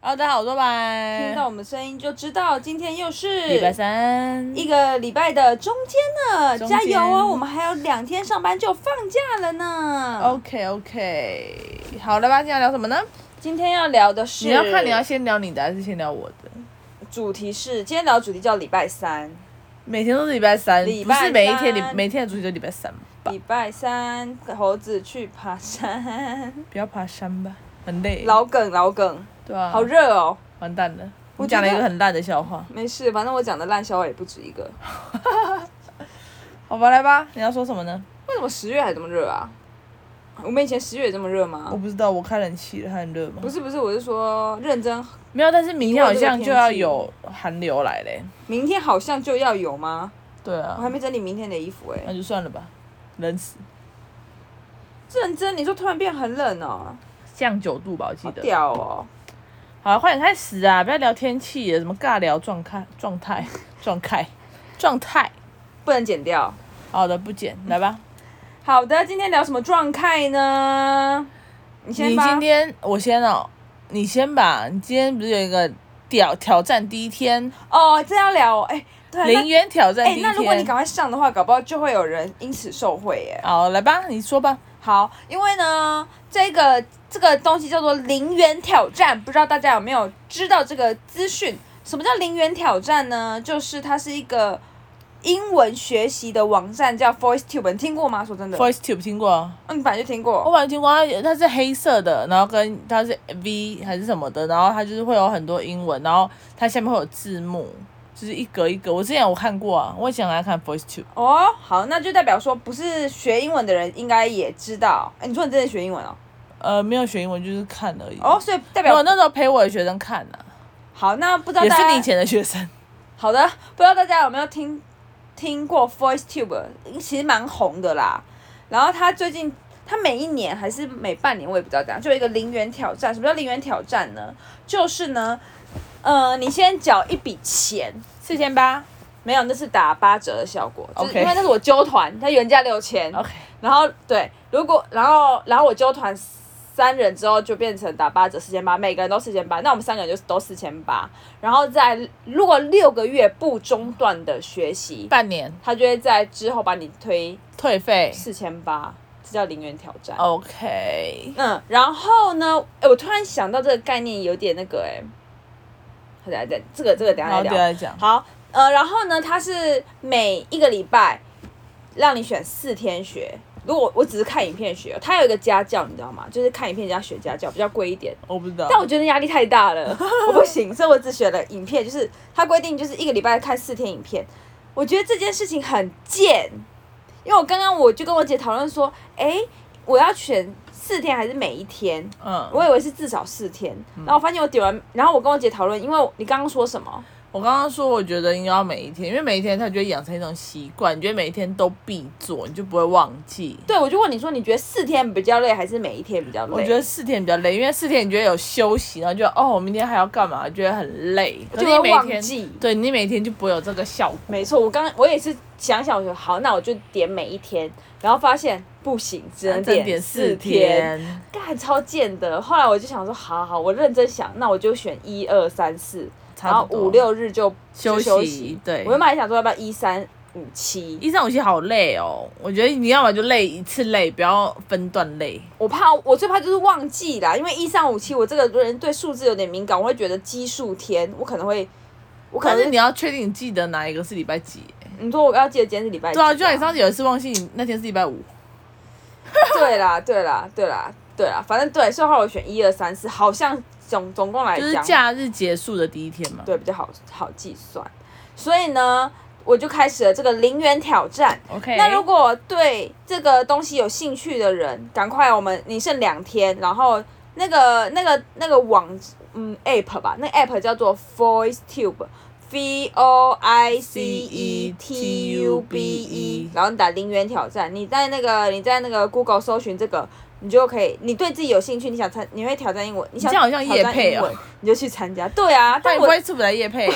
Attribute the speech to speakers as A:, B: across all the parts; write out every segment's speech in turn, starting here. A: Hello，大家好，我是多白。
B: 听到我们声音就知道今天又是
A: 礼拜三，
B: 一个礼拜的中间呢，
A: 中间
B: 加油哦！我们还有两天上班就放假了呢。
A: OK OK，好了吧？今天要聊什么呢？
B: 今天要聊的是，
A: 你要看你要先聊你的还是先聊我的？
B: 主题是今天聊的主题叫礼拜三，
A: 每天都是礼拜三，
B: 礼
A: 不
B: 拜
A: 是每一天，
B: 三
A: 礼每天的主题都礼拜三吧？
B: 礼拜三猴子去爬山，
A: 不要爬山吧，很累。
B: 老梗老梗，
A: 对啊，
B: 好热哦。
A: 完蛋了。我
B: 我
A: 讲了一
B: 觉
A: 个
B: 得
A: 很烂的笑话，
B: 没事，反正我讲的烂笑话也不止一个。
A: 好吧，来吧，你要说什么呢？
B: 为什么十月还这么热啊？我们以前十月也这么热
A: 我
B: 吗？
A: 不知道，我开冷气了，它很热吗
B: 不？是不是，我是说认真，
A: 没有，但是明天
B: 因
A: 好
B: 为这个
A: 像
B: 天
A: 就要
B: 气
A: 有寒流来嘞。
B: 明天好像就要有吗？
A: 对
B: 我
A: 啊嗯
B: 还，没整理明天的衣服哎、
A: 那就算了吧，冷死，
B: 认真，你说突然变很冷哦，
A: 降九度吧，我记
B: 好
A: 得。
B: 屌哦！
A: 好、啊，快点开始啊！不要聊天气了，什么尬聊状态、 状态、状态、状态。
B: 不能剪掉。
A: 好的，不剪，来吧。
B: 好的，今天聊什么状态呢？你先
A: 你
B: 吧。
A: 今天我先哦，你先吧。你今天不是有一个挑挑战第一天，
B: 哦，这要聊哦哎、对啊，
A: 零
B: 那
A: 元挑战
B: 哎、
A: 第一
B: 那如果你
A: 天。
B: 赶快上的话，搞不好就会有人因此受惠哎。
A: 好，来吧，你说吧。
B: 好，因为呢，这个这个东西叫做零元挑战，不知道大家有没有知道这个资讯？什么叫零元挑战呢？就是它是一个英文学习的网站，叫 VoiceTube，你听过吗？说真的，
A: Voice Tube 听过啊？
B: 嗯，你本来就听过。
A: 我本来听过，它它是黑色的，然后跟它是 V 还是什么的，然后它就是会有很多英文，然后它下面会有字幕，就是一格一格。我之前有看过啊，我以前来看 Voice Tube。
B: 哦，好，那就代表说，不是学英文的人应该也知道。哎，你说你真的学英文哦？
A: 呃，没有学英文，就是看而已。
B: 哦，所以代
A: 没有，
B: 表
A: 那时候陪嗯我的学生看呐、
B: 好，那不知道
A: 也
B: 啊大
A: 是
B: 家
A: 你以前的学 生。
B: 好的，不知道大家有没有听听过 VoiceTube，其实蛮红的啦。然后他最近，他每一年还是每半年，我也不知道怎样，就有一个零元挑战。什么叫零元挑战呢？就是呢，呃，你先缴一笔钱，
A: 四千八
B: 没有，那是打八折的效果，就是
A: OK
B: 因为那是我揪团，它原价六千。
A: ，OK，
B: 然后对，如果然后然后我揪团三人之后就变成打八折四千八，每个人都四千八，那我们三个人就都四千八。然后在如果六个月不中断的学习，
A: 半年
B: 他就会在之后把你推
A: 退费
B: 四千八，这叫零元挑战。
A: 哦，OK，
B: 嗯，然后呢？哎，我突然想到这个概念有点那个哎，好等一下等一下这个这个等一
A: 然后
B: 下再
A: 就
B: 聊。
A: 在讲，
B: 好，呃，然后呢，它是每一个礼拜让你选四天学。如果我只是看影片学，它有一个家教，你知道吗？就是看影片加学家教，比较贵一点。
A: 我不知道
B: 但，我觉得压力太大了，我不行，所以我只选了影片。就是它规定就是一个礼拜看四天影片，我觉得这件事情很贱，因为我刚刚我就跟我姐讨论说，诶，我要选四天还是每一天？
A: 嗯，
B: 我以为是至少四天，然后我发现我点完，然后我跟我姐讨论，因为你刚刚说什么？
A: 我刚刚说我觉得应该要每一天，因为每一天他就会养成一种习惯，你觉得每一天都必做，你就不会忘记。
B: 对，我就问你说，你觉得四天比较累，还是每一天比较累？
A: 我觉得四天比较累，因为四天你觉得有休息，然后就哦，我明天还要干嘛，觉得很累。可
B: 就是会
A: 你每
B: 忘
A: 天，
B: 记。
A: 对你每天就不会有这个效果。
B: 没错，我刚我也是想想，我说好，那我就点每一天，然后发现不行，只能
A: 正
B: 点
A: 四
B: 四天，，干超贱的。后来我就想说，好好，我认真想，那我就选一二三四，然
A: 差
B: 后
A: 不多
B: 五六日就
A: 休
B: 就休息。
A: 对，
B: 我原本还想说要不要一三五七，
A: 一三五七好累哦，我觉得你要么就累一次累，不要分段累。
B: 我怕我最怕就是忘记啦，因为一三五七我这个人对数字有点敏感，我会觉得奇数天，我可能会，我可
A: 可
B: 能
A: 是你要确定你记得哪一个是礼拜几。
B: 你说我要记得今天是礼拜几
A: 对
B: 啊？
A: 啊，就像你上次有一次忘记你那天是礼拜五，
B: 对啦，对啦，对啦，对啦，反正对，所以后来我选一二三四，好像总总共来
A: 就是
B: 讲，
A: 假日结束的第一天嘛。
B: 对比较好好计算。所以呢，我就开始了这个零元挑战。
A: OK，
B: 那如果对这个东西有兴趣的人，赶快我们你剩两天，然后那个那个那个网嗯 app 吧，那个 app 叫做 VoiceTube。V O I C E T U B E，然后你打零元挑战，你在那个你在那个 Google 搜寻这个，你就可以，你对自己有兴趣，你想参，你会挑战英文，你想
A: 你这样好像业
B: 挑战
A: 配
B: 英
A: 哦
B: 文，你就去参加。对啊，
A: 但
B: 但
A: 你
B: 我
A: 不会出不来夜配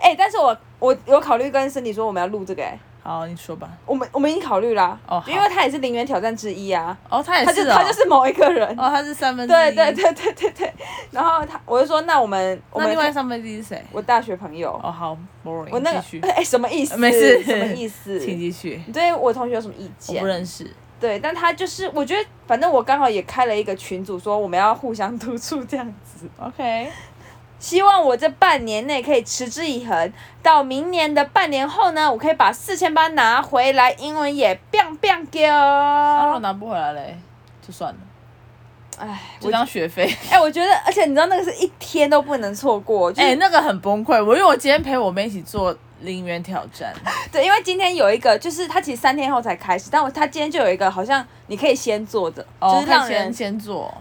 B: 哎、但是我我有考虑跟森迪说我们要录这个、哎，
A: 好，你说吧。
B: 我们我们已经考虑啦、
A: 哦好
B: 因为他也是零元挑战之一啊，
A: 哦，他也
B: 他就是
A: 哦，
B: 他就是某一个人，
A: 哦，他是三分之一。
B: 对对。对对对对。然后他我就说，那我们我
A: 那
B: 们
A: 另外三分之一是谁？
B: 我大学朋友，
A: 哦，好，boring。
B: 我那个
A: 继续
B: 哎、，什么意 思？
A: 没事
B: 什么意思？
A: 请继续。
B: 你对我同学有什么意
A: 我
B: 见
A: 不？认识。
B: 对，但他就是我觉得，反正我刚好也开了一个群组，说我们要互相督促这样子。
A: OK。
B: 希望我这半年内可以持之以恒，到明年的半年后呢，我可以把四千八拿回来，英文也 biang biang
A: 那如果
B: 丢。
A: 拿不回来嘞，就算了，
B: 哎，我
A: 就当学费。
B: 哎、我觉得，而且你知道那个是一天都不能错过，就是、
A: 哎、那个很崩溃。我因为我今天陪我妹一起做零元挑 战，
B: 对，因为今天有一个，就是他其实三天后才开始，但我他今天就有一个，好像你可以先做的，
A: 哦，
B: 就是让
A: 看先
B: 人
A: 先做。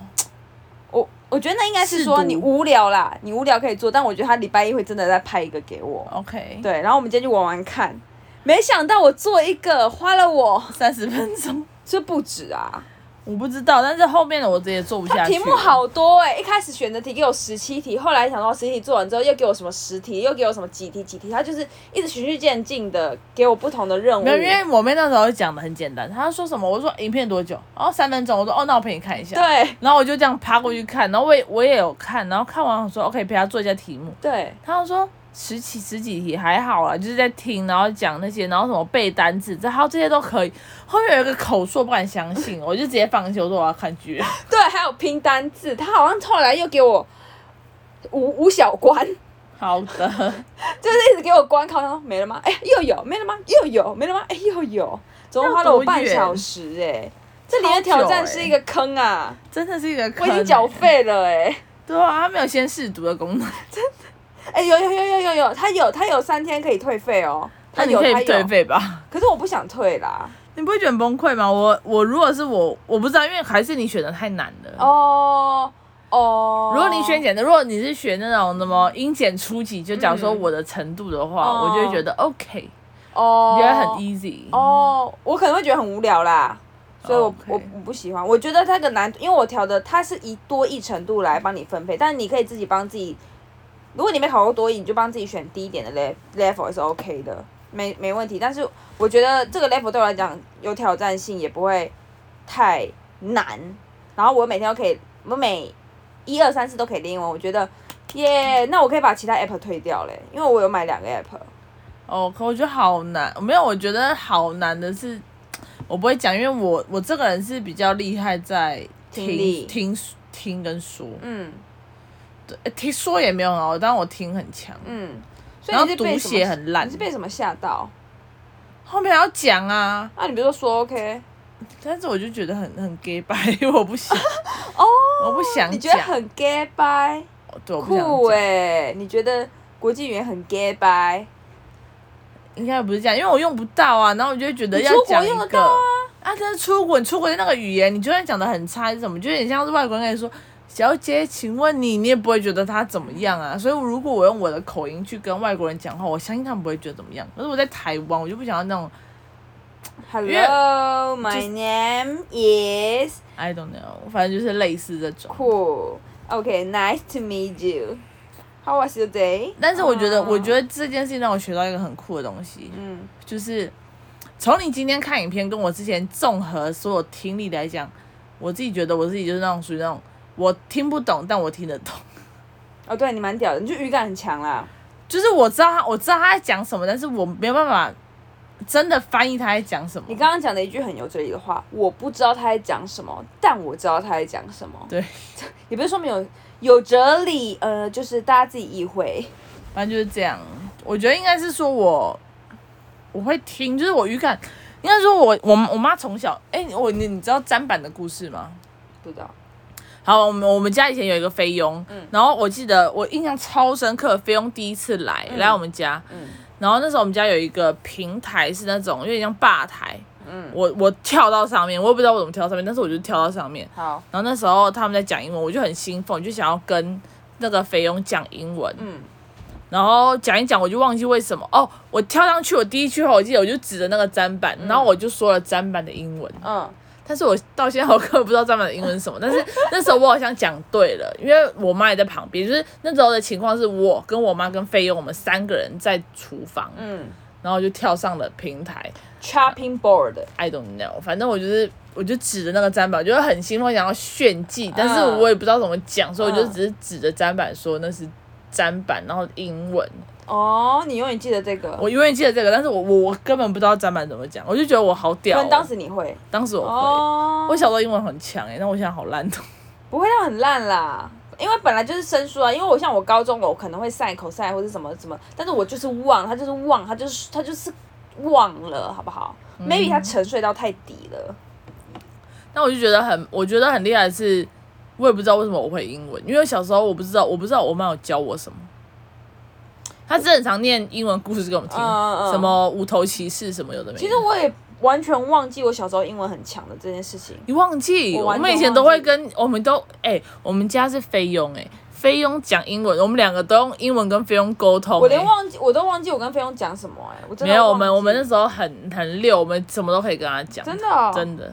B: 我我觉得那应该是
A: 试
B: 说
A: 读
B: 你无聊啦，你无聊可以做，但我觉得他礼拜一会真的再拍一个给我，
A: OK，
B: 对，然后我们今天就玩玩看，没想到我做一个花了我
A: 三十分钟，
B: 这不止啊，
A: 我不知道，但是后面的我直接做不下去。
B: 题目，好多哎、一开始选择题给我十七题，后来想到十题做完之后又给我什么十题，又给我什么几题几题，他就是一直循序渐进的给我不同的任务，
A: 没有，因为我妹那时候讲的很简单，她说什么，我说影片多久，然后三分钟，我说哦，那我陪你看一下。
B: 对
A: 然后我就这样趴过去看，然后我也我也有看，然后看完我说 OK，陪她做一下题目。
B: 对
A: 她就说十几十几题还好啦，就是在听，然后讲那些，然后什么背单词，然后这些都可以。后面有一个口述，我不敢相信，我就直接放弃，我说我要看剧。
B: 对，还有拼单字，他好像后来又给我五五小关。
A: 好的，
B: 就是一直给我关考，然后没了吗？哎、又有没了吗？又有没了吗？哎、又有，总共花了我半小时哎、这里的挑战是一个坑啊！
A: 真的是一个
B: 我
A: 坑、
B: 已经缴
A: 欸。
B: 费了哎、
A: 对啊，他没有先试读的功能。
B: 哎、有有有有有有，他有他有三天可以退费哦，他
A: 那你
B: 有
A: 可
B: 他
A: 以退
B: 有，
A: 费吧？
B: 可是我不想退啦。
A: 你不会觉得很崩溃吗？我我如果是我，我不知道，因为还是你选的太难了。
B: 哦哦，
A: 如果你选简单，如果你是选那种什么英检初级，就假如说
B: 嗯
A: 我的程度的话，
B: 哦
A: 我就会觉得 OK，
B: 哦，
A: 觉得很 easy。
B: 哦，我可能会觉得很无聊啦，所以我
A: OK
B: 我我不喜欢。我觉得它的难，因为我调的它是以多益程度来帮你分配，但你可以自己帮自己。如果你没考过多益，你就帮自己选低一点的 le- level 也是 OK 的，没没问题。但是我觉得这个 level 对我来讲有挑战性，也不会太难。然后我每天都可以，我每一二三四都可以练英文，我觉得耶那我可以把其他 app 退掉嘞，因为我有买两个 app。
A: 哦，可我觉得好难，没有，我觉得好难的是，我不会讲，因为我我这个人是比较厉害在
B: 听
A: 听
B: 力
A: 听听跟说，
B: 嗯
A: 对，呃听说也没有很好，但我听很强。
B: 嗯，所
A: 然
B: 以你
A: 后
B: 是
A: 读
B: 被什么
A: 写很烂
B: 你是，被什么吓到？
A: 后面还要讲啊，
B: 啊，你不是说说 OK？
A: 但是我就觉得很很 gay 白，因为我不想，
B: 哦，
A: 我不想
B: 你觉
A: 讲
B: 得，很 gay 拜
A: 对，我不想
B: 酷
A: 讲，
B: 哎、你觉得国际语言很 gay 拜？
A: 应该不是这样，因为我用不到啊，然后我就会觉得
B: 你
A: 要
B: 出国
A: 讲一
B: 用得
A: 个
B: 到啊，
A: 啊，但是出国你出国的那个语言，你就算讲的很差还是什么，就有点像是外国人跟你说。小姐，请问你，你也不会觉得他怎么样啊？所以如果我用我的口音去跟外国人讲话，我相信他们不会觉得怎么样。可是我在台湾，我就不想要那种
B: Hello,
A: 就
B: my
A: 是
B: name is
A: I don't know，反正就是类似这种。
B: cool. OK, nice to meet you. How was your day?
A: 但是我觉得，
B: 嗯
A: 我觉得这件事情让我学到一个很酷的东西，
B: 嗯
A: 就是从你今天看影片跟我之前综合所有听力来讲，我自己觉得我自己就是那种属于那种我听不懂，但我听得懂，
B: 哦，对你蛮屌的，你就语感很强啦。
A: 就是我知道他我知道他在讲什么，但是我没有办法真的翻译他在讲什么
B: 你。刚刚讲的一句很有哲理的话，我不知道他在讲什么，但我知道他在讲什么。
A: 对，
B: 也不是说没有有哲理，呃，就是大家自己意会。
A: 反正就是这样，我觉得应该是说我我会听，就是我语感，应该说我我我妈从小，哎、我你你知道砧板的故事吗？
B: 不知道，
A: 好，我们我们家以前有一个菲佣，
B: 嗯
A: 然后我记得我印象超深刻，菲佣第一次来、
B: 嗯
A: 来我们家，
B: 嗯
A: 然后那时候我们家有一个平台是那种有点像吧台，
B: 嗯，
A: 我我跳到上面，我也不知道我怎么跳到上面，但是我就跳到上面，
B: 好，
A: 然后那时候他们在讲英文，我就很兴奋，我就想要跟那个菲佣讲英文，
B: 嗯
A: 然后讲一讲，我就忘记为什么哦，我跳上去，我第一句话我记得我就指着那个砧板，然后我就说了砧板的英文，
B: 嗯
A: 但是我到现在我根本不知道站板的英文是什么，但 是那时候我好像讲对了，因为我妈也在旁边，就是那时候的情况是我跟我妈跟菲佣我们三个人在厨房，
B: 嗯
A: 然后我就跳上了平台。
B: chopping board，
A: I don't know，反正我就是我就指着那个砧板，我就是很兴奋，想要炫技，但是
B: 嗯
A: 我也不知道怎么讲，所以我就
B: 嗯
A: 只是指着砧板说那是砧板，然后英文。
B: 哦，你永远记得这个。
A: 我永远记得这个，但是我我我根本不知道砧板怎么讲，我就觉得我好屌、
B: 可
A: 哦
B: 能。当时你会
A: 当时我会，
B: 哦，
A: 我小时候英文很强哎、但我现在好烂哦。
B: 不会到很烂啦，因为本来就是生疏啊。因为我像我高中我可能会赛口赛或者什么什么，但是我就是忘，他就是忘，他就是他就是忘了，好不好、m
A: 嗯
B: a y b e 他沉睡到太底了。
A: 那我就觉得很，我觉得很厉害的是，我也不知道为什么我会英文，因为小时候我不知道，我不知道我妈有教我什么。她只是很常念英文故事给我们听，
B: 嗯嗯嗯
A: 什么无头骑士什么有的没的。
B: 其实我也完全忘记我小时候英文很强的这件事情。
A: 你忘记，
B: 我
A: 我
B: 完全
A: 们以前都会跟我们都哎、我们家是菲佣哎，菲佣讲英文，我们两个都用英文跟菲佣沟通、
B: 我连
A: 哎
B: 忘记，我都忘记我跟菲佣讲什么哎、我真的
A: 没有，我
B: 忘记
A: 们我们那时候很很溜，我们什么都可以跟他讲，
B: 真的、哦、
A: 真的，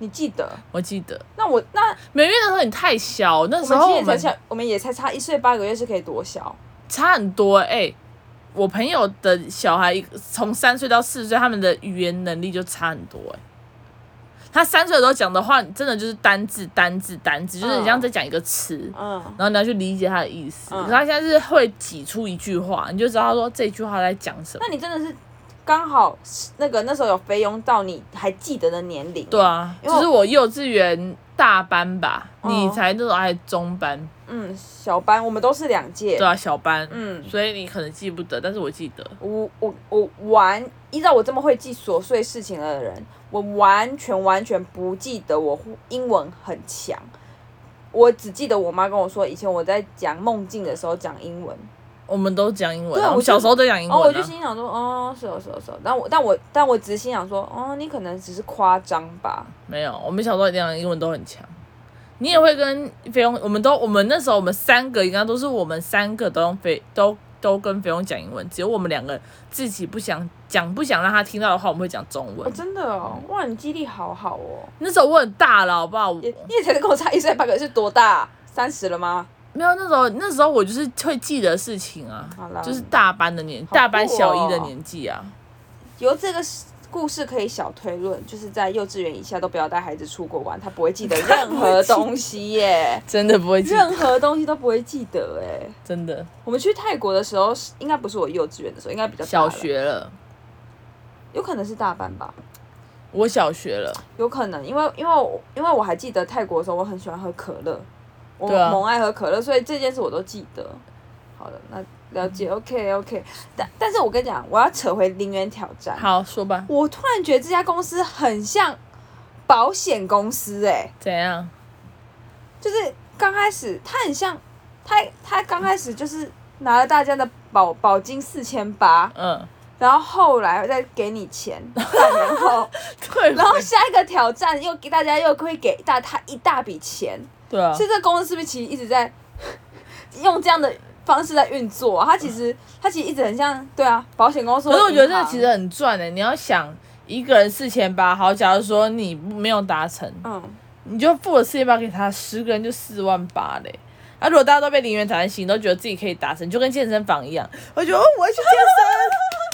B: 你记得？
A: 我记得，
B: 那我那
A: 没有因为那时候你太小，那
B: 我
A: 时候我
B: 们其实也才
A: 们
B: 差，我们也才差一岁八个月是可以多小，
A: 差很多哎、我朋友的小孩一从三岁到四岁，他们的语言能力就差很多哎、他三岁的时候讲的话，真的就是单字单字单字，就是你像在讲一个词。
B: 嗯，
A: 然后你要去理解他的意思。
B: 嗯
A: 可他现在是会挤出一句话，你就知道他说这句话在讲什么
B: 那。你真的是刚好是那个那时候有菲佣到你还记得的年龄，
A: 对，啊，
B: 因为我
A: 就是我幼稚园大班吧，
B: 嗯
A: 你才那种还中班，
B: 嗯，小班我们都是两届，
A: 对啊，小班，
B: 嗯
A: 所以你可能记不得，但是我记得。
B: 我我我完依照我这么会记琐碎事情的人，我完全完全不记得我英文很强，我只记得我妈跟我说，以前我在讲梦境的时候讲英文，
A: 我们都讲英文啊，
B: 对
A: 我
B: 我
A: 们
B: 就
A: 小时候都讲英
B: 然后我
A: 文、
B: 就
A: 啊。
B: 心想说，哦，是哦是哦是哦，但我但我但我只是心想说，哦，你可能只是夸张吧，
A: 没有，我们小时候讲英文都很强。你也会跟菲佣，我们都我们那时候我们三个应该都是我们三个都用菲都都跟菲佣讲英文，只有我们两个自己不想讲不想让他听到的话，我们会讲中文
B: 哦，。真的哦，哇，你记忆力好好哦，
A: 那时候我很大了，好不好？我
B: 也你也才跟我差一岁半个月是多大、三十了吗？
A: 没有那时候，那时候我就是会记得事情啊
B: 好啦，
A: 就是大班的年，
B: 好酷哦
A: 大班小一的年纪啊。
B: 由这个故事可以小推论，就是在幼稚园以下都不要带孩子出国玩，他不会记得任何东西耶，
A: 真的不 会记得，
B: 任何东西都不会记得哎。
A: 真的
B: 我们去泰国的时候，应该不是我幼稚园的时候，应该比较大
A: 小
B: 了，
A: 学了，
B: 有可能是大班吧，
A: 我小学了，
B: 有可能，因为因为我因为我还记得泰国的时候，我很喜欢喝可乐，我
A: 对啊
B: 猛爱喝可乐，所以这件事我都记得。好的，那了解，OK
A: 嗯
B: OK，但但是我跟你讲，我要扯回零元挑战，
A: 好说吧，
B: 我突然觉得这家公司很像保险公司、欸，
A: 怎样？
B: 就是刚开始它很像，它它刚开始就是拿了大家的保保金四千八，
A: 嗯，
B: 然后后来再给你钱，半年 后，
A: 对，
B: 然后下一个挑战又给大家又会给大他一大笔钱，
A: 对啊，
B: 所以这公司是不是其实一直在 用这样的方式在运作、啊？它其实它其实一直很像，对啊，保险公司
A: 可
B: 或
A: 是
B: 银
A: 我
B: 行。
A: 觉得这其实很赚欸的、你要想一个人四千八，好，假如说你没有达成，
B: 嗯，
A: 你就付了四千八给他，十个人就四万八嘞。啊，如果大家都被零元挑战吸引，都觉得自己可以达成，就跟健身房一样，我觉得哦，我要去健身，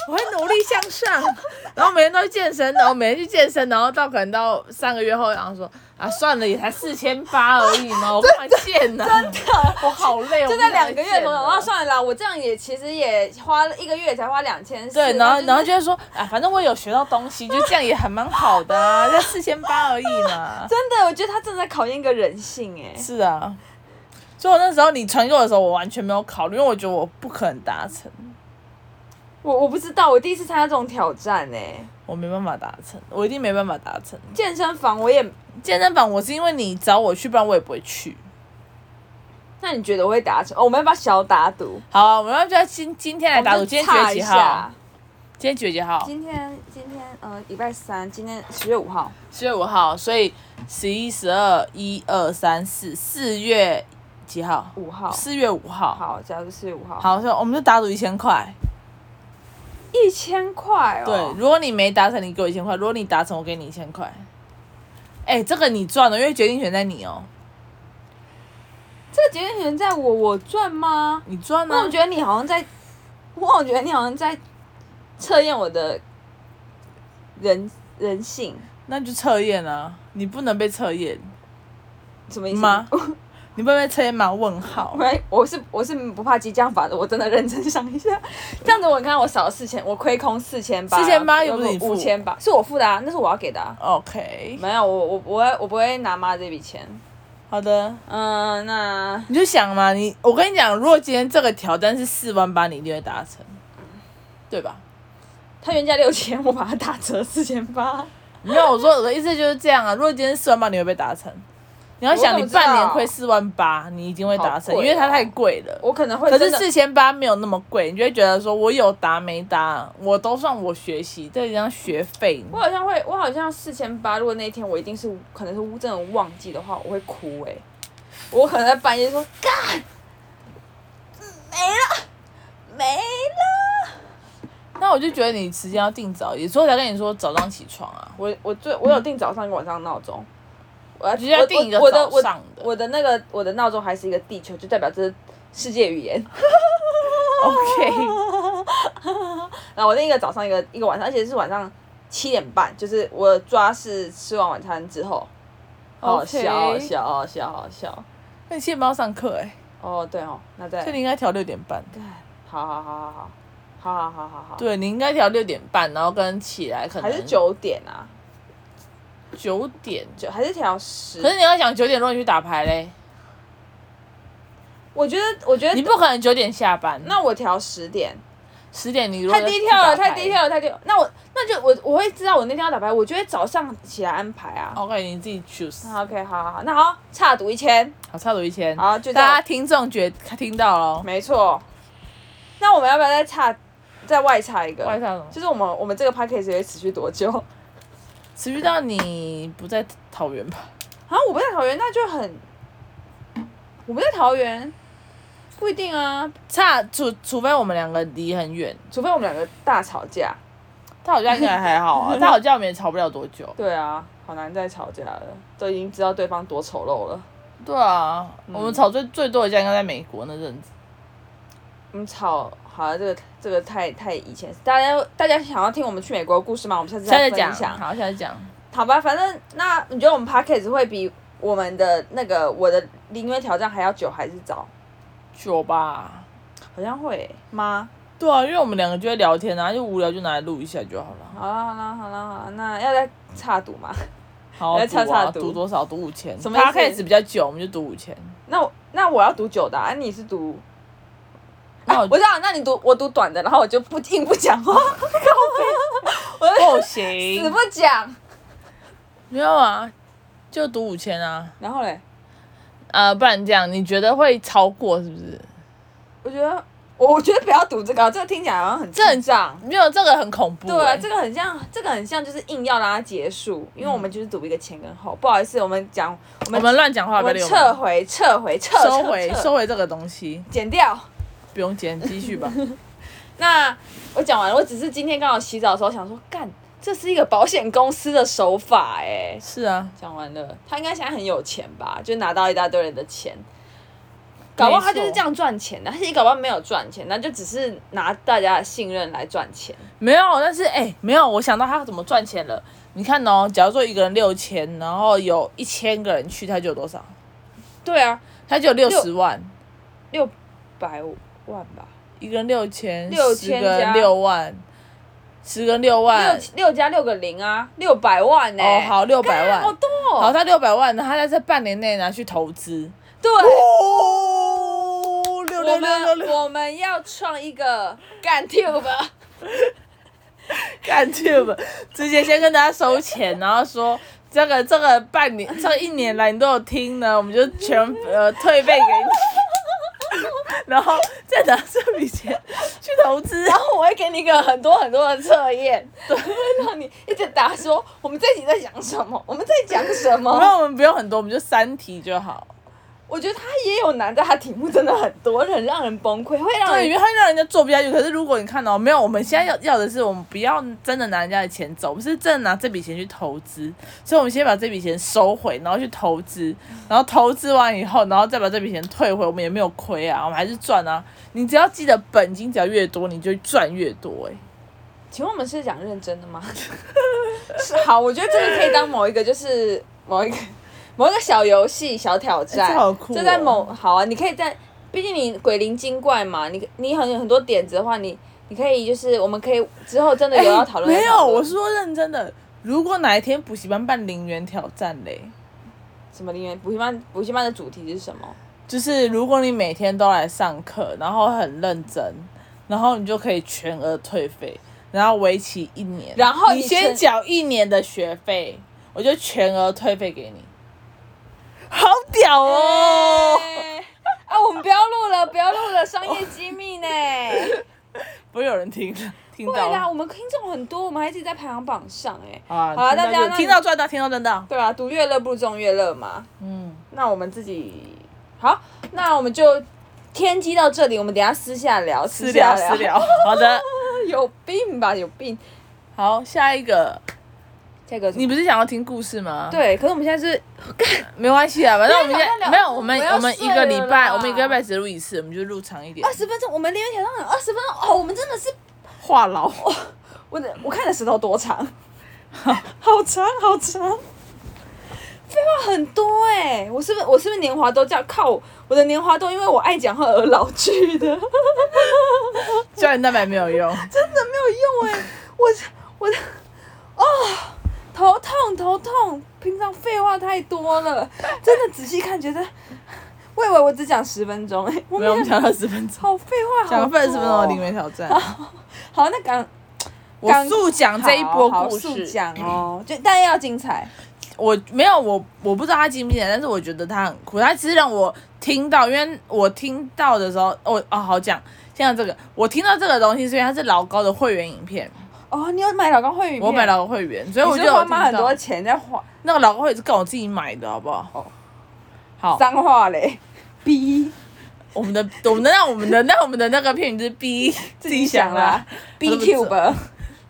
A: 我会努力向上，然后每天都去健身，然后每天去健身，然后到可能到三个月后，然后说啊，算了，也才四千八而已嘛，我干嘛健呢、真的，我好累，
B: 就在两个月
A: 左
B: 左右，然后啊算了啦，我这样也其实也花了一个月才花两千四，啊
A: 对，然后
B: 那就是
A: 然后就会说啊，反正我有学到东西，就这样也很蛮好的啊，才四千八而已嘛。
B: 真的，我觉得他正在考验一个人性哎。
A: 是啊，所以我那时候你传给我的时候，我完全没有考虑，因为我觉得我不可能达成，
B: 我我不知道，我第一次参加这种挑战哎。
A: 我没办法达成，我一定没办法达成。
B: 健身房我也，
A: 健身房我是因为你找我去，不然我也不会去。
B: 那你觉得我会达成？哦，我们要不要小打赌？
A: 好、啊，我们要不要今今天来打赌？
B: 我们就
A: 今天几月
B: 岔
A: 几
B: 一
A: 号
B: 下？
A: 今天几月几号？
B: 今天今天呃礼拜三，今天十月五号，
A: 十月五号，所以十一、十二、一二三四，四月几号？
B: 五号。
A: 四月五号。
B: 好，假如四月五号。，
A: 好，所以我们就打赌一千块。
B: 一千块哦。
A: 对，如果你没达成，你给我一千块；如果你达成，我给你一千块。哎、这个你赚了，因为决定权在你哦，
B: 这个决定权在我，我赚吗？
A: 你赚啊
B: 我
A: 了、
B: 总觉得你好像在，我总觉得你好像在测验我的人人性，
A: 那就测验啊，你不能被测验
B: 什么意思？
A: 吗？你不能被测验吗？问号。
B: 喂，我是我是不怕激将法的，我真的认真想 一下。这样子，我看我少了四千，我亏空四千八，
A: 4800又不是你付
B: 五千八，是我付的啊，那是我要给的啊。
A: OK，
B: 没有，我我不会，我不会拿妈这笔钱。
A: 好的，
B: 嗯，那
A: 你就想嘛，你我跟你讲，如果今天这个挑战是四万八，你一定会达成，对吧？
B: 它原价六千，我把它打折四千八。
A: 没有，我说我的意思就是这样啊。如果今天四万八，你会被达成。你要想，
B: 我
A: 你
B: 怎么知道
A: 半年亏四万八，你一定会达成，因
B: 好贵哦
A: 为它太贵了。
B: 我可能会
A: 可
B: 真的，
A: 是四千八没有那么贵，你就会觉得说我有达没达，我都算我学习，这就像学费。
B: 我好像会，我好像四千八。如果那一天我一定是可能是真的忘记的话，我会哭哎、我可能在半夜说干，没了，没了。
A: 那我就觉得你时间要定早一点，所以我才跟你说早上起床啊。
B: 我我最我有定早上跟晚上闹钟，我要
A: 直接定一个
B: 我我的
A: 早上的
B: 我我的那个我的闹钟还是一个地球，就代表这是世界语言。
A: OK，
B: 然后我定一个早上一个一个晚上，而且是晚上七点半，就是我抓是吃完晚餐之后。好好笑，好好
A: OK
B: 笑，好好笑，好好笑。
A: 那你七点半要上课哎、
B: 哦，对哦，那再
A: 所以你应该调六点半。
B: 好好好好好，好好好好好，
A: 对，你应该调六点半，然后跟起来可能
B: 还是九点啊，
A: 九点。
B: 九还是调十
A: 可。是你要想九点多你去打牌嘞，
B: 我觉得，我觉得
A: 你不可能九点下班。
B: 那我调十点，
A: 十点你如果
B: 太低调了，
A: 去打牌
B: 太低。调了，太低调。那我那就我我会知道我那天要打牌，我就会早上起来安排啊。
A: OK，你自己 choose。
B: 那 OK，好好好，那好，差赌一千，
A: 好，差不多一千。
B: 好就这
A: 嗯
B: 样
A: 大家听众觉听到了，哦
B: 没错。那我们要不要再差再外差一个？
A: 外哦差什么
B: 就是我们我们这个 p a c k a g e 会持续多久？啊，
A: 持续到你不在桃园吧？
B: 我不在桃园，那就很，我不在桃园，不一定啊，
A: 差除除非我们两个离很远，
B: 除非我们两个大吵架。
A: 他好像应该还好 啊，他好像我们也吵不了多久。
B: 对啊，好难再吵架了，都已经知道对方多丑陋了。
A: 对啊，
B: 嗯
A: 我们吵最最多的家应该在美国那阵子。
B: 我们吵嗯好啊了，这个这个太太以前，大家大家想要听我们去美国的故事吗？我们下次
A: 现在
B: 再
A: 讲
B: 分，享。
A: 好，现在讲。
B: 好吧，反正那你觉得我们 podcast 会比我们的那个我的零元挑战还要久还是早？
A: 久吧。
B: 好像会欸吗？
A: 对啊，因为我们两个就会聊天啊，就无聊就拿来录一下就好了。
B: 好了好了好了好了，那要再差赌吗？
A: 好，
B: 来
A: 赌啊
B: 查查赌
A: 赌多少？赌五千。
B: 什么意思
A: 他开始比较久，我们就赌五 千。
B: 那我那我要赌久的、啊，你是赌。
A: 那
B: 啊
A: 我
B: 我知道，那你赌我赌短的，然后我就不硬不讲话，
A: 不
B: 死
A: 行
B: 不，讲。
A: 没有啊，就赌五千啊。
B: 然后嘞，
A: 呃，不然这样，你觉得会超过是不是？
B: 我觉得，我我觉得不要赌这个，这个听起来好像很
A: 这很
B: 智障。
A: 没有，这个很恐怖、欸。
B: 对啊，这个很像，这个很像，就是硬要让它结束，因为我们就是赌一个前跟后。不好意思，我们讲，我
A: 我
B: 们
A: 们乱讲话，
B: 我
A: 不要
B: 们
A: 理我
B: 撤
A: 们
B: 回，撤回，撤
A: 收回
B: 撤撤
A: 收回这个东西，
B: 剪掉。
A: 不用剪，继续 吧。
B: 那我讲完了，我只是今天刚好洗澡的时候想说，干，这是一个保险公司的手法哎、
A: 是啊，
B: 讲完了，他应该现在很有钱吧？就拿到一大堆人的钱，搞不好他就是这样赚钱的。他其实搞不好没有赚钱，那就只是拿大家的信任来赚钱。
A: 没有，但是哎、没有，我想到他怎么赚钱了。你看哦，假如说一个人六千，然后有一千个人去，他就有多少？
B: 对啊，
A: 他就有六十万，
B: 六百万吧，
A: 一个人六千，
B: 6000
A: 十个人
B: 加
A: 六万，十个人六万，
B: 六六加六个零啊，六百万呢、
A: 哎哦，好，六百
B: 干好
A: 万，
B: 多、哦，
A: 好，他六百万，然后他在这半年内拿去投资，
B: 对。
A: 哦，六六
B: 我
A: 六六
B: 们
A: 六，
B: 我们要创一 个干 tube，
A: 干 tube，直接先跟大家收钱，然后说。这个这个半年，这一年来你都有听呢，我们就全呃退费给你， 然后再拿这笔钱去投 资
B: 然。后我会给你一个很多很多的测验，对，让你一直答说我们这一集在讲什么，我们在讲 什
A: 然
B: 么。
A: 后我们不用很多，我们就三题就好。
B: 我觉得他也有难，但他题目真的很多，很让人崩溃，会让
A: 对，因
B: 人
A: 为它让人家做不下去。可是如果你看到、没有，我们现在要要的是，我们不要真的拿人家的钱走，我们是真的拿这笔钱去投资。所以我们先把这笔钱收回，然后去投资，
B: 嗯
A: 然后投资完以后，然后再把这笔钱退回，我们也没有亏啊，我们还是赚啊。你只要记得本金只要越多，你就赚越多、欸。
B: 请问我们是讲认真的吗？ 是好，我觉得这个可以当某一个就是某一个 某一个小游戏、小挑
A: 哎这
B: 战，
A: 好酷、哦。
B: 就在某好啊，你可以在，毕竟你鬼灵精怪嘛，你你很很多点子的话，你你可以就是我们可以之后真的
A: 哎
B: 有要讨论、
A: 没有，我是说认真的。如果哪一天补习班办零元挑战嘞，
B: 什么？因为补习班补习班的主题是什么？
A: 就是如果你每天都来上课，然后很认真，然后你就可以全额退费，然后为期一年，
B: 然后
A: 你
B: 你
A: 先
B: 全
A: 缴一年的学费，我就全额退费给你。好屌哦！
B: 哎啊，我们不要录了，不要录了，商业机密呢。
A: 哦不会有人听的，听
B: 对
A: 到
B: 啦，
A: 了
B: 我们听众很多，我们还一直在排行榜上哎、
A: 啊！
B: 好啦
A: 听到
B: 大家
A: 就
B: 那
A: 听到赚到，听到赚到。
B: 对啊，读乐乐不如众乐乐嘛。
A: 嗯，
B: 那我们自己好，那我们就天机到这里，我们等一下私下聊，
A: 私
B: 下
A: 聊私聊。 好的，
B: 有病吧？有病！
A: 好，下一个，
B: 这个
A: 你不是想要听故事吗？
B: 对，可是我们现在是
A: 没关系啊，反正我们现
B: 因为马
A: 在
B: 上聊
A: 没有，我们
B: 我要
A: 我们
B: 睡
A: 一个礼拜，
B: 了啦
A: 我们一个礼拜只录一次，我们就录长一点
B: 二。十分钟，我们连条上二十分钟哦，我们真的是
A: 话痨，
B: 我的我看的石头多长， 好长好长，废话很多哎、我是不是我是不是年华都叫靠我的年华都因为我爱讲话而老去的，
A: 胶原蛋白没有 用。
B: 真的没有用哎、我我的哦。头痛，头痛！平常废话太多了，真的仔细看觉得，我以为我只讲十分钟哎、我
A: 没有，我们
B: 没有
A: 讲二十分钟，
B: 好废话，
A: 讲
B: 好
A: 了二十分钟
B: 多哦
A: 的零元挑战。
B: 好，那刚
A: 我速讲这一波故事，
B: 讲哦，就但要精彩。
A: 我没有我我不知道他精不精彩，但是我觉得他很酷。他只是让我听到，因为我听到的时候，我哦好讲，听到这个，我听到这个东西，所以它是老高的会员影片，
B: 哦，你有买老高会员？
A: 我买，老高会员，所以
B: 你
A: 我
B: 是
A: 就
B: 不
A: 有
B: 是花
A: 听
B: 妈很多
A: 到
B: 钱在花
A: 那个老高会员是跟我自己买的，好不好？
B: 哦
A: 好，
B: 脏话嘞， 逼
A: 我们的我们的那我们的那我们的那个片名就是 B，自 己想啦，
B: ，B
A: 我都不知
B: Cube，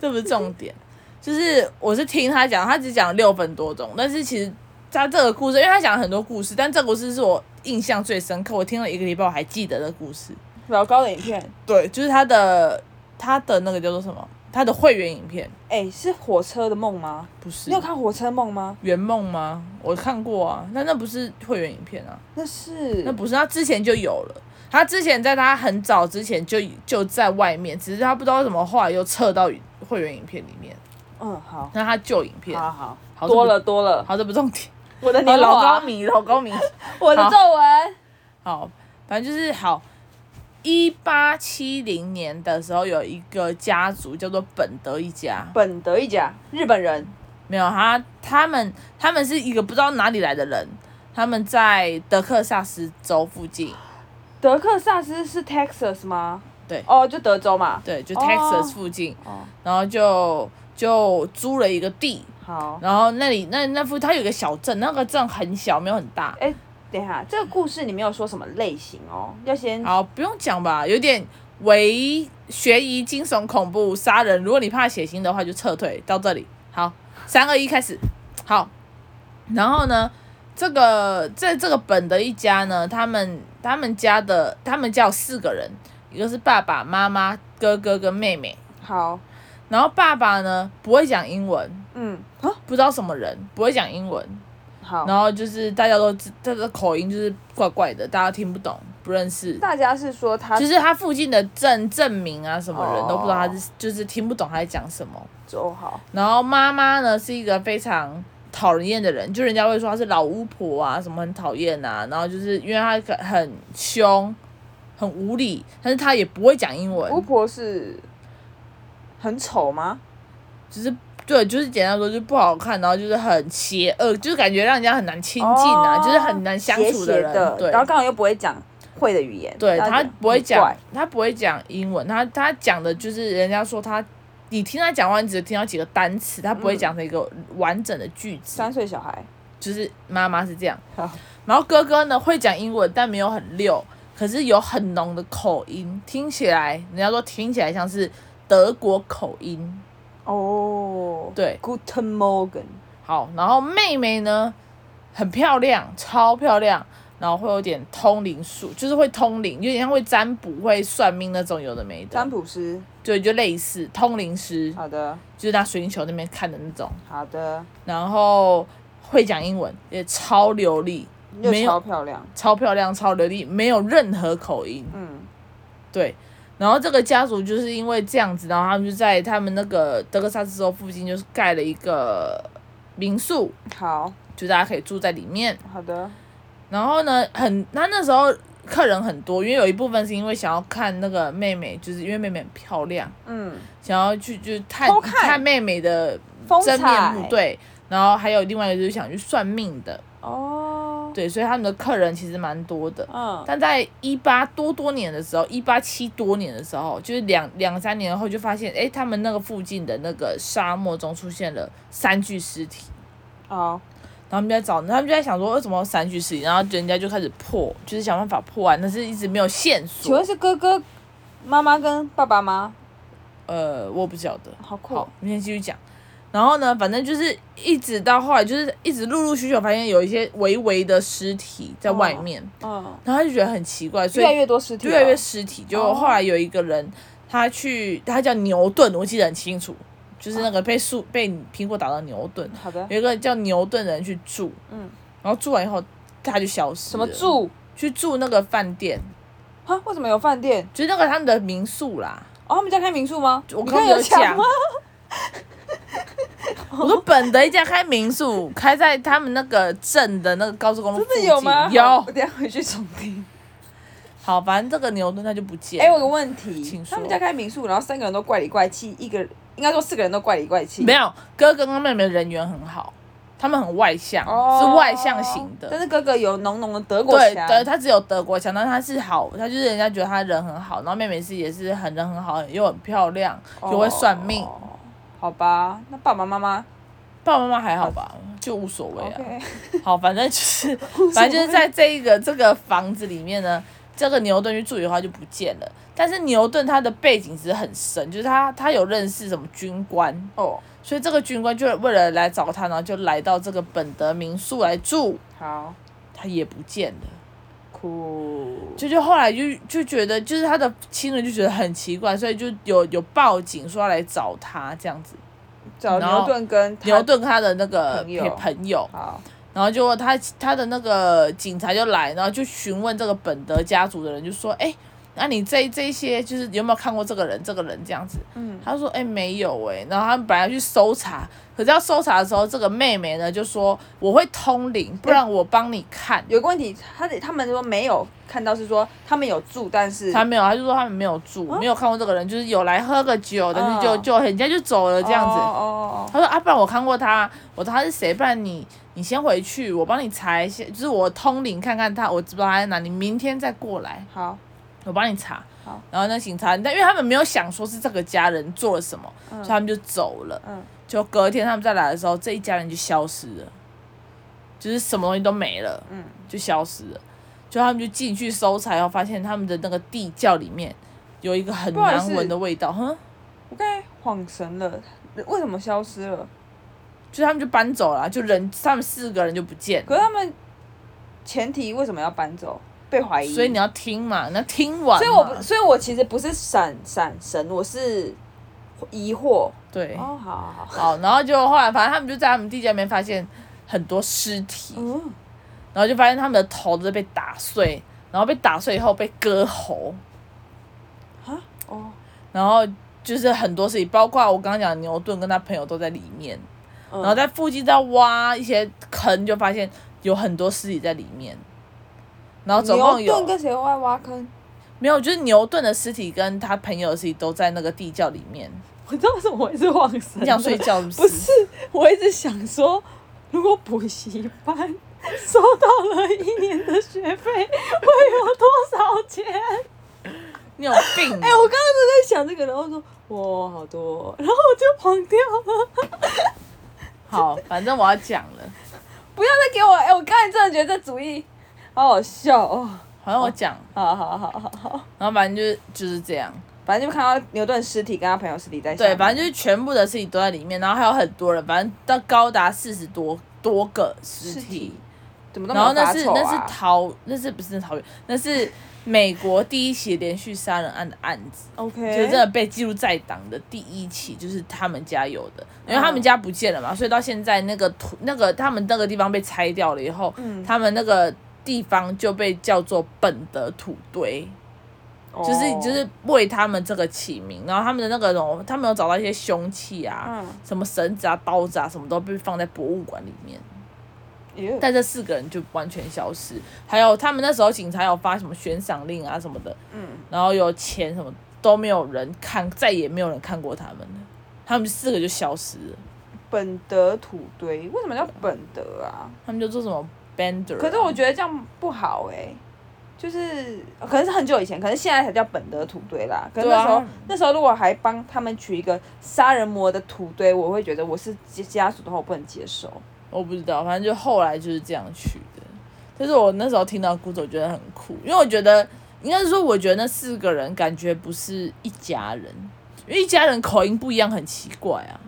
A: 这不是重点，就是我是听他讲，他只讲六分多钟，但是其实他这个故事，因为他讲了很多故事，但这个故事是我印象最深刻，我听了一个礼拜我还记得的故事。
B: 老高的影片，
A: 对，就是他的他的那个叫做什么？他的会员影片
B: 哎，是火车的梦吗？
A: 不是
B: 你有看火车梦吗？
A: 圆梦吗？我看过啊，但那不是会员影片啊，
B: 那是
A: 那不是他之前就有了。他之前在他很早之前就就在外面，只是他不知道为什么后来又撤到会员影片里面，
B: 嗯，好，
A: 那他旧影片。
B: 好好，
A: 好
B: 多了多了，
A: 好，这不重点。
B: 我的
A: 哦，
B: 年
A: 老高
B: 华，
A: 迷，老高迷。
B: 我的皱纹，
A: 好，反正就是好。一八七零年的时候，有一个家族叫做本德一家，
B: 本德一家，日本人，
A: 没有他，他们他们是一个不知道哪里来的人，他们在德克萨斯州附近，
B: 德克萨斯是 Texas 吗？
A: 对
B: 哦，就德州嘛。
A: 对，就
B: 哦
A: Texas 附近，
B: 哦，
A: 然后就就租了一个地，
B: 好。
A: 然后那里那那附它有一个小镇，那个镇很小，没有很大，
B: 哎、等一下，这个故事你没有说什么类型哦，要先
A: 好，不用讲吧，有点为悬疑、惊悚、恐怖、杀人。如果你怕血腥的话，就撤退到这里。好，三二一，开始。好，然后呢，这个在这个本的一家呢，他们他们家的他们家有四个人，一个是爸爸妈妈、哥哥跟妹妹。
B: 好，
A: 然后爸爸呢不会讲英文，
B: 嗯，啊，
A: 不知道什么人不会讲英文，
B: 好，
A: 然后就是大家都知他的口音就是怪怪的，大家听不懂，不认识。
B: 大家是说他
A: 就是他附近的证证明啊，什么人
B: 哦
A: 都不知道他是，就是听不懂他在讲什么。
B: 周哦好，
A: 然后妈妈呢是一个非常讨人厌的人，就人家会说她是老巫婆啊，什么很讨厌啊。然后就是因为她很很凶，很无理，但是她也不会讲英
B: 巫
A: 文，
B: 婆是很丑吗？
A: 就是对，就是简单说就是不好看，然后就是很邪恶，就是感觉让人家很难亲近啊，
B: 哦
A: 就是很难相处
B: 邪邪
A: 人。
B: 的
A: 对
B: 然，后刚好又不会讲会的语言，
A: 对
B: 大家
A: 他
B: 觉得
A: 不会
B: 很
A: 讲
B: 怪，
A: 他不会讲英文，他他讲的就是人家说他，你听他讲话，你只听到几个单词，他不会
B: 嗯
A: 讲成一个完整的句子。
B: 三岁小孩，
A: 就是妈妈是这样
B: 好，
A: 然后哥哥呢会讲英文，但没有很溜，可是有很浓的口音，听起来人家说听起来像是德国口音。
B: 哦，
A: 对
B: ，Guten Morgen，
A: 好，然后妹妹呢很漂亮，超漂亮，然后会有点通灵术，就是会通灵，有点像会占卜、会算命那种，有的没的
B: 占。卜师，
A: 对，就类似通灵师，
B: 好的，
A: 就是拿水晶球那边看的那种。
B: 好的，
A: 然后会讲英文，也超流利，
B: 又
A: 没有
B: 超漂亮，
A: 超漂亮，超流利，没有任何口音。
B: 嗯，
A: 对，然后这个家族就是因为这样子，然后他们就在他们那个德克萨斯州附近，就是盖了一个民宿，
B: 好，
A: 就大家可以住在里面。
B: 好的，
A: 然后呢，很他那时候客人很多，因为有一部分是因为想要看那个妹妹，就是因为妹妹很漂亮，
B: 嗯，
A: 想要去就是探
B: 偷看
A: 妹妹的
B: 嗯风
A: 真面目
B: 采，，
A: 对。然后还有另外一个就是想去算命的，
B: 哦，
A: 对，所以他们的客人其实蛮多的。
B: 嗯，
A: 但在一八多多年的时候，一八七多年的时候，就是两两三年后就发现，哎，他们那个附近的那个沙漠中出现了三具尸体，
B: 好，
A: 然后他们就在找，他们就在想说，为什么有三具尸体？然后人家就开始破，就是想办法破案，但是一直没有线
B: 请
A: 索
B: 问。是哥哥、妈妈跟爸爸吗？
A: 呃，我不晓得。
B: 好酷
A: 好，，我们先继续讲。然后呢，反正就是一直到后来，就是一直陆陆续续有发现有一些微微的尸体在外面，
B: 嗯，
A: 然后他就觉得很奇怪，所
B: 越来
A: 以
B: 越多尸体
A: 就
B: 了，
A: 越来越尸体。结果
B: 哦
A: 后来有一个人，他去，他叫牛顿，我记得很清楚，就是那个被
B: 啊
A: 树被苹果打到牛顿，
B: 好的，
A: 有一个叫牛顿的人去住，
B: 嗯，
A: 然后住完以后他就消失
B: 什么
A: 了
B: 住？
A: 去住那个饭店，
B: 啊？为什么有饭店？
A: 就是那个他们的民宿啦。
B: 哦，他们家开民宿吗？
A: 我
B: 你
A: 刚刚
B: 有
A: 讲
B: 吗？，
A: 我说本的一家开民宿，开在他们那个镇的那个高速公路
B: 真
A: 附
B: 的
A: 近，
B: 有吗？好
A: 有
B: 我。等一下回去重听。
A: 好，反正这个牛顿他就不见
B: 哎、我有
A: 了。
B: 个问题
A: 请，说
B: 他们家开民宿，然后三个人都怪里怪气，一个应该说四个人都怪里怪气，
A: 没有哥哥跟妹妹人缘很好，他们很外向，是外向型的。
B: 哦但是哥哥有浓浓的德国
A: 对
B: 腔，
A: 对，他只有德国腔，但他是好，他就是人家觉得他人很好，然后妹妹是也是很人很好，又很漂亮，又会算命。
B: 哦好吧，那爸爸妈妈
A: 爸爸妈妈还好吧，就无所谓啊。
B: ，OK，
A: 好，反正 就是，反正就是在这一个这个房子里面呢，这个牛顿去住以后他就不见了。但是牛顿他的背景其实很深，就是他他有认识什么军官，
B: 哦，
A: 所以这个军官就为了来找他，然后就来到这个本德民宿来住，
B: 好
A: 他也不见了。
B: 酷，
A: 就就后来就就觉得，就是他的亲人就觉得很奇怪，所以就有有报警说要来找他这样子。
B: 找
A: 然后
B: 牛顿跟他
A: 牛，顿跟他的那个
B: 朋友
A: 朋友，
B: 好，
A: 然后就他他的那个警察就来，然后就询问这个本德家族的人，就说：“哎，那你这这些就是有没有看过这个人？这个人这样子？”
B: 嗯，
A: 他说：“哎，没有哎。”然后他们本来去搜查，可是要搜查的时候，这个妹妹呢就说：“我会通灵，不然我帮你看。”
B: 有个问题，他得他们说没有看到是说他们有住，但是
A: 他没有，他就说他们没有住，
B: 哦
A: 没有看过这个人，就是有来喝个酒，但是就
B: 嗯
A: 就人家就走了这样子。
B: 哦哦哦
A: 他说啊，不然我看过他，我知道他是谁，不然你你先回去，我帮你查一下，就是我通灵看看他，我知道他在哪，你明天再过来，
B: 哦，好，
A: 我帮你查
B: 好。
A: 然后那警察，但因为他们没有想说是这个家人做了什么，所以他们就走了。
B: 嗯，
A: 就隔天他们再来的时候，这一家人就消失了，就是什么东西都没了，
B: 嗯，
A: 就消失了。就他们就进去搜查，然后发现他们的那个地窖里面有一个很
B: 不好意
A: 难
B: 思
A: 闻的味道，哼，
B: 我刚才恍神了，为什么消失了？
A: 就他们就搬走了啊，就人他们四个人就不见
B: 可
A: 了。
B: 是他们前提为什么要搬走？被怀疑，
A: 所以你要听嘛，你要听完嘛。
B: 所以我不，所以我其实不是闪闪神，我是疑惑。
A: 对，
B: 哦，好好好，
A: 好，然后就后来反正他们就在他们地窖里面发现很多尸体，
B: 嗯，
A: 然后就发现他们的头都被打碎，然后被打碎以后被割喉，
B: 啊，哦，
A: 然后就是很多事情，包括我刚刚讲的牛顿跟他朋友都在里面，
B: 然
A: 然后在附近在挖一些坑，就发现有很多尸体在里面，然后总共
B: 牛顿
A: 有
B: 跟谁外挖坑？
A: 没有就是牛顿的尸体跟他朋友的尸体都在那个地窖里面。
B: 我知道为什么我一直晃神
A: 你想睡觉是不是？
B: 不是，我一直想说，如果补习班 收到了一年的学费，会有多少钱？
A: 你有病、 哦
B: 哎、我刚刚就在想这个，然后说哇，好多哦、然后我就晃掉了。
A: 好，反正我要讲了，
B: 不要再给我！哎、我刚才真的觉得这主意好好笑哦。
A: 好像我讲，
B: 好好好好好，
A: 然后反正就是就是这样。
B: 反正就看到牛顿尸体跟他朋友尸体在下
A: 对，
B: 面
A: 反正就是全部的尸体都在里面，然后还有很多人，反正到高达四十多多个尸
B: 尸
A: 体
B: 体，怎么都没
A: 然后
B: 有
A: 那
B: 发
A: 是
B: 臭
A: 那是
B: 啊？
A: 桃，那是不是桃园？那是美国第一起连续杀人案的案子。
B: OK，
A: 就是真的被记录在档的第一起，就是他们家有的，因为他
B: 嗯
A: 们家不见了嘛，所以到现在那个土那个他们那个地方被拆掉了以后，
B: 嗯
A: 他们那个地方就被叫做本德土堆，就是
B: 哦
A: 就是为他们这个起名，然后他们的那个种，他们有找到一些凶器啊，
B: 嗯，
A: 什么绳子啊、刀子啊，什么都被放在博物馆里面。
B: 耶
A: 但这四个人就完全消失。还有他们那时候警察有发什么悬赏令啊什么的，
B: 嗯，
A: 然后有钱什么都没有人看，再也没有人看过他们了。他们四个就消失了，
B: 本德土堆为什么叫本德啊？
A: 他们就做什么 bender 啊、
B: 可是我觉得这样不好哎、就是可能是很久以前，可能现在才叫本德土堆啦。可是
A: 对啊
B: 那时候、那时候如果还帮他们取一个杀人魔的土堆，我会觉得我是家家属的话，我不能接受。
A: 我不知道，反正就后来就是这样取的。但是我那时候听到故事，我觉得很酷，因为我觉得应该是说，我觉得那四个人感觉不是一家人，因为一家人口音不一样，很奇怪啊。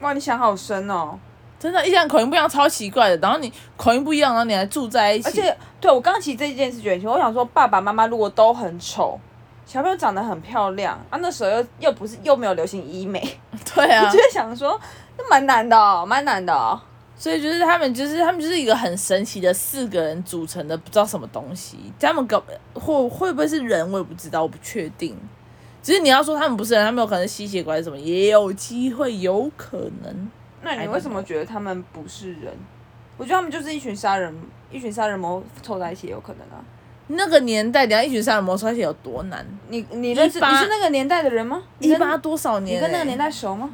B: 哇，你想好深哦！
A: 真的，一家人口音不一样，超奇怪的。然后你口音不一样，然后你还住在一起，
B: 而且，对我刚刚其实这件事觉得很奇怪，我想说爸爸妈妈如果都很丑，小朋友长得很漂亮啊，那时候又又不是又没有流行医美，
A: 对啊，
B: 我就会想说，那蛮难的、哦，蛮难的、哦。
A: 所以就是他们，就是他们就是一个很神奇的四个人组成的，不知道什么东西。他们搞或会不会是人，我也不知道，我不确定。只是你要说他们不是人，他们有可能是吸血鬼还是什么，也有机会，有可能。
B: 那
A: I
B: 你
A: don't
B: 为什么觉得他们不是人？我觉得他们就是一群杀人，一群杀人魔凑在一起也有可能啊。
A: 那个年代，你要一群杀人魔出来有多难？
B: 你你认识
A: 18
B: 你是那个年代的人吗？你
A: 一
B: 跟
A: 八多少年、欸？
B: 你跟那个年，代熟吗？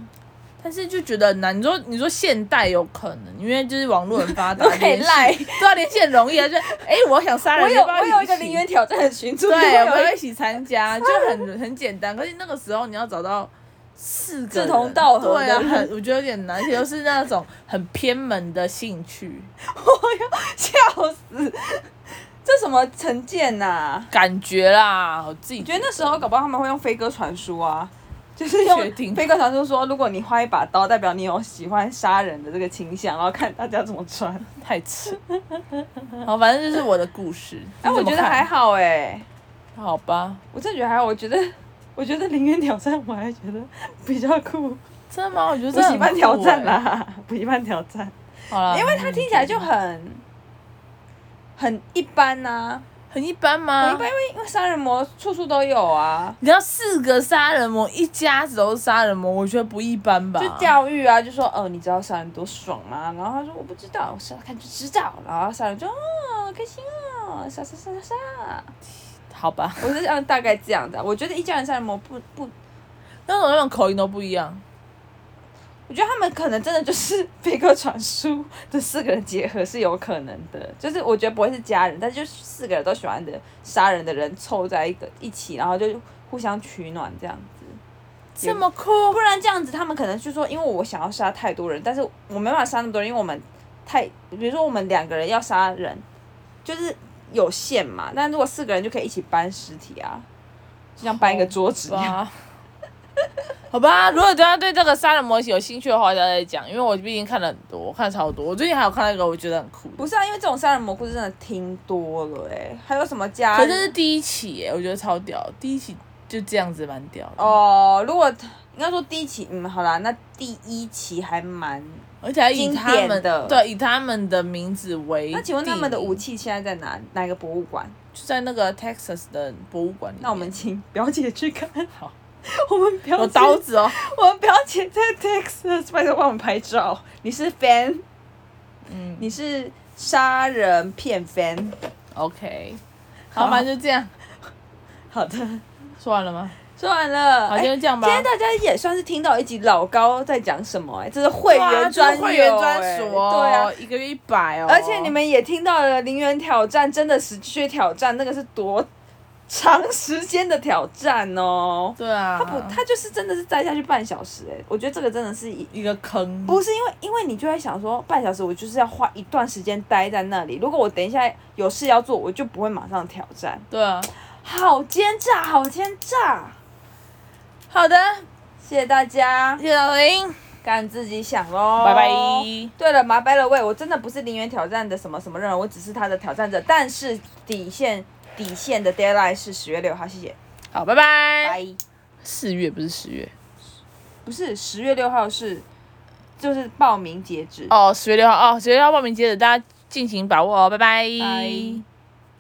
A: 但是就觉得很难。你说你说现代有可能，因为就是网络很发 达，
B: 都可以
A: 连线
B: 赖。
A: 对啊，连线很容易啊。就哎、我想杀人，
B: 我有
A: 要不要
B: 我有一个
A: 起
B: 零元挑战的群 组，
A: 对，
B: 我
A: 我
B: 有
A: 要
B: 一
A: 一起参 加，就很很简单。可是那个时候你要找到四个人
B: 志同道合的
A: 对啊，
B: 人
A: 很我觉得有点难，而且又是那种很偏门的兴趣，
B: 笑死， 这什么成见呐、
A: 感觉啦，我自己
B: 你觉得那时候搞不好他们会用飞鸽传书啊， 就是用
A: 确定
B: 飞鸽传书说，如果你画一把刀，代表你有喜欢杀人的这个倾向，然后看大家怎 么穿。
A: 太 扯。好，反正就是我的故事。
B: 哎、我
A: 你怎么
B: 觉得
A: 看
B: 还好哎、
A: 好吧，
B: 我真的觉得还好，我觉得。 我觉得零元挑战我还觉得比较酷，
A: 真的吗？我觉得
B: 补
A: 这很欸啊
B: 习班挑战
A: 啦。
B: 啦， 补习班挑战，
A: 好啦，
B: 因为它听起来就很很一般呐、
A: 很一般
B: 很
A: 吗？
B: 一般，因为因为杀人魔处处都有啊，
A: 你知道四个杀人魔，一家子都是杀人魔，我觉得不一般吧？
B: 就教育啊，就说哦，你知道杀人多爽吗？然后他说我不知道，我杀了看就知道。然后杀人就哦，开心哦，杀杀杀杀杀。
A: 好吧，
B: 我是让大概这样啊的。我觉得一家人杀人魔不不，
A: 那种那种口音都不一样。
B: 我觉得他们可能真的就是飞鸽传书，这四个人结合是有可能的。就是我觉得不会是家人，但是就是四个人都喜欢的杀人的人凑在一个一起，然后就互相取暖这样子。
A: 这么酷
B: 不然这样子，他们可能就说，因为我想要杀太多人，但是我没办法杀那么多人，因为我们太，比如说我们两个人要杀人，就是有限嘛。那如果四个人就可以一起搬尸体啊， 就像搬一个桌子一样。
A: 吧。 好吧，如果大家对这个杀人模型有兴趣的话，大家再讲，因为我毕竟看了很多，我看了超多。我最近还有看到一个，我觉得很酷的，
B: 不是啊，因为这种杀人魔故事真的听多了哎、还有什么家？
A: 可是这是第一期耶，我觉得超屌，第一期就这样子蛮屌的，
B: 哦，如果应该说第一期，嗯，好啦，那第一期还蛮……
A: 而且还以他
B: 经
A: 们
B: 典的
A: 对以他们的名字为
B: 那请问他们的
A: 地名
B: 武器现在在哪哪个博物馆？
A: 就在那个 Texas 的博物馆里面，
B: 那我们请表姐去看。
A: 好，
B: 我们表姐
A: 有刀子哦，
B: 我们表姐在 Texas，拜托帮我们拍照。你是 fan，
A: 嗯
B: 你是杀人片 fan。
A: ，OK，
B: 好
A: 好，反正就这样，
B: 好的，
A: 说完了吗？
B: 说完了。
A: 好，
B: 哎
A: 今天就这样吧
B: 今。天大家也算是听到一集老高在讲什么哎、这是会
A: 哇
B: 员
A: 这是
B: 专有、哦
A: 会员专属哦，
B: 哎对啊。，
A: 一个月一百哦，
B: 而且你们也听到了零元挑战，真的是去挑战，那个是多长时间的挑战哦。
A: 对啊，
B: 他不，他就是真的是待下去半小时哎、我觉得这个真的是一
A: 一个坑，
B: 不是因为，因为你就会想说，半小时我就是要花一段时间待在那里。如果我等一下有事要做，我就不会马上挑战。
A: 对啊。
B: 好奸诈，好奸诈！
A: 好的，
B: 谢谢大家
A: 谢，谢老林，
B: 干自己想喽，
A: 拜拜
B: 对了，麻拜了喂，我真的不是零元挑战的什么什么人，我只是他的挑战者，但是底线底线的 deadline 是十月六号，谢谢，
A: 好，拜拜。
B: 拜。
A: 四月不是十月
B: 不是十月六号是，就是报名截止。
A: 哦哦，十月六号哦，十月六号报名截止，大家尽情把握哦，拜拜。
B: 拜